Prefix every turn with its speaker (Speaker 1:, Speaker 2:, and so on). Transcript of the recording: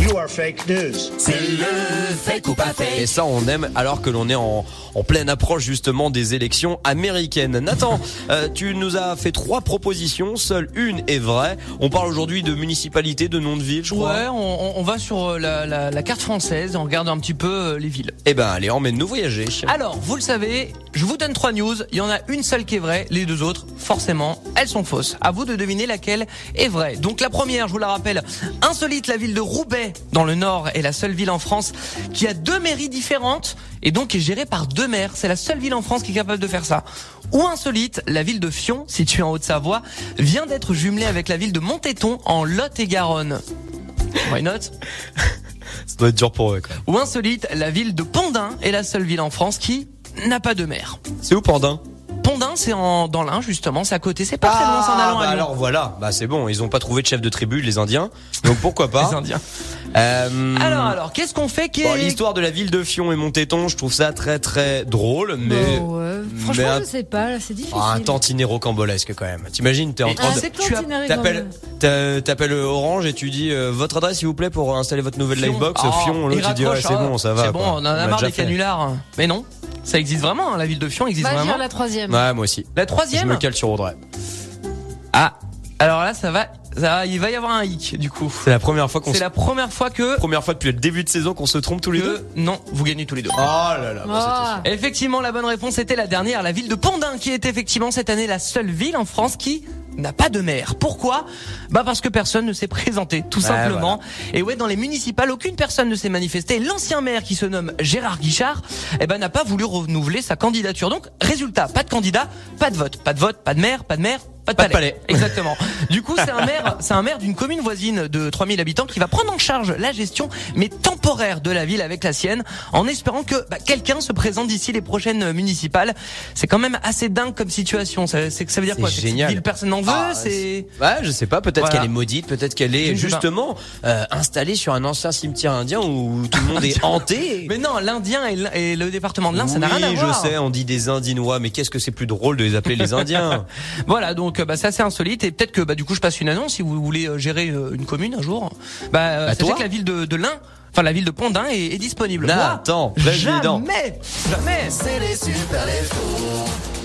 Speaker 1: You are fake news.
Speaker 2: C'est le fake ou pas fake.
Speaker 3: Et ça, on aime alors que l'on est en, en pleine approche justement des élections américaines. Nathan, euh, tu nous as fait trois propositions, seule une est vraie. On parle aujourd'hui de municipalité, de nom de ville, je crois.
Speaker 4: Ouais, on, on va sur euh, la, la- la carte française et on regarde un petit peu euh, les villes.
Speaker 3: Eh ben, allez, emmène-nous voyager.
Speaker 4: Alors, vous le savez, je vous donne trois news. Il y en a une seule qui est vraie, les deux autres, forcément, elles sont fausses. À vous de deviner laquelle est vraie. Donc la première, je vous la rappelle, insolite, la ville de Roubaix, dans le Nord, est la seule ville en France qui a deux mairies différentes et donc est gérée par deux maires. C'est la seule ville en France qui est capable de faire ça. Ou insolite, la ville de Fion, située en Haute-Savoie, vient d'être jumelée avec la ville de Montéton en Lot-et-Garonne. Why not Ah.
Speaker 3: Ça doit être dur pour eux. quoi.
Speaker 4: ou insolite, la ville de Pondin est la seule ville en France qui n'a pas de maire.
Speaker 3: C'est où Pandin
Speaker 4: Pondin, c'est en dans l'Ain justement, c'est à côté, c'est pas très loin s'en allant
Speaker 3: bah
Speaker 4: à Lyon.
Speaker 3: alors voilà, bah c'est bon, ils ont pas trouvé de chef de tribu, les Indiens, donc pourquoi pas.
Speaker 4: Les Indiens.
Speaker 3: Euh,
Speaker 4: Alors alors, qu'est-ce qu'on fait qui
Speaker 3: bon,
Speaker 4: est-
Speaker 3: l'histoire de la ville de Fion et Montéton, je trouve ça très très drôle,
Speaker 4: Bah
Speaker 3: mais
Speaker 5: Bon, Bah ouais. Franchement,
Speaker 3: mais un-
Speaker 5: je sais pas, là, c'est difficile.
Speaker 3: Ah, un tantinet rocambolesque quand même. T'imagines, t'es en
Speaker 4: Mais
Speaker 3: train
Speaker 5: Ah,
Speaker 3: de...
Speaker 5: c'est
Speaker 4: Tu as-
Speaker 5: cantiné
Speaker 3: T'appelles, t'a- t'appelles Orange et tu dis euh, votre adresse s'il vous plaît pour installer votre nouvelle
Speaker 4: Fion.
Speaker 3: livebox.
Speaker 4: Oh,
Speaker 3: Fion,
Speaker 4: il
Speaker 3: l'autre il dit ouais,
Speaker 4: raccroche,
Speaker 3: c'est
Speaker 4: ah,
Speaker 3: bon, ça va.
Speaker 4: C'est bon,
Speaker 3: quoi.
Speaker 4: on en a
Speaker 3: l'a
Speaker 4: marre
Speaker 3: déjà
Speaker 4: des
Speaker 3: fait.
Speaker 4: canulars. Mais non, ça existe vraiment. hein, La ville de Fion existe
Speaker 5: Va dire
Speaker 4: vraiment.
Speaker 5: Bah, la troisième.
Speaker 3: Ouais, moi aussi. Je
Speaker 4: La
Speaker 3: me
Speaker 4: troisième.
Speaker 3: cale sur Audrey.
Speaker 4: Ah, alors là, ça va, ça va, il va y avoir un hic du coup.
Speaker 3: C'est la première fois qu'on
Speaker 4: C'est
Speaker 3: se...
Speaker 4: la première fois que,
Speaker 3: première fois depuis le début de saison qu'on se trompe tous les
Speaker 4: que-
Speaker 3: deux.
Speaker 4: non, vous gagnez tous les deux.
Speaker 3: Oh là là, bah, c'était
Speaker 5: Ah.
Speaker 4: Effectivement, la bonne réponse était la dernière, la ville de Pondin, qui est effectivement cette année la seule ville en France qui n'a pas de maire. Pourquoi Bah parce que personne ne s'est présenté, tout simplement. Et ouais, dans les municipales, aucune personne ne s'est manifestée. L'ancien maire qui se nomme Gérard Guichard, eh ben n'a pas voulu renouveler sa candidature. Donc, résultat, pas de candidat, pas de vote, pas de vote, pas de maire, pas de maire. Pas de,
Speaker 3: Pas de
Speaker 4: palais.
Speaker 3: palais.
Speaker 4: Exactement. Du coup, c'est un maire, c'est un maire d'une commune voisine de 3000 habitants qui va prendre en charge la gestion, mais temporaire de la ville avec la sienne, en espérant que bah, quelqu'un se présente d'ici les prochaines municipales. C'est quand même assez dingue comme situation. Ça, c'est, ça veut dire
Speaker 3: C'est
Speaker 4: quoi C'est que cette
Speaker 3: génial.
Speaker 4: ville, personne n'en veut.
Speaker 3: Ah,
Speaker 4: c'est
Speaker 3: Ouais, je sais pas, peut-être
Speaker 4: Voilà.
Speaker 3: qu'elle est maudite, peut-être qu'elle
Speaker 4: Je
Speaker 3: est
Speaker 4: ne sais pas.
Speaker 3: justement euh, installée sur un ancien cimetière indien où tout le monde est hanté.
Speaker 4: mais non, l'Indien et l'I- et le département de l'Inde, ça n'a
Speaker 3: oui,
Speaker 4: rien à
Speaker 3: je
Speaker 4: voir.
Speaker 3: sais, on dit des Indinois, mais qu'est-ce que c'est plus drôle de les appeler les Indiens
Speaker 4: Voilà, donc euh, bah, c'est assez insolite et peut-être que bah, du coup je passe une annonce si vous voulez euh, gérer euh, une commune un jour. Bah, euh,
Speaker 3: Bah,
Speaker 4: sachez
Speaker 3: toi Bah,
Speaker 4: que la ville de, de l'Ain, enfin la ville de Pondin est, est disponible. Moi,
Speaker 3: Nathan, vas-y,
Speaker 4: jamais,
Speaker 3: dedans.
Speaker 4: jamais.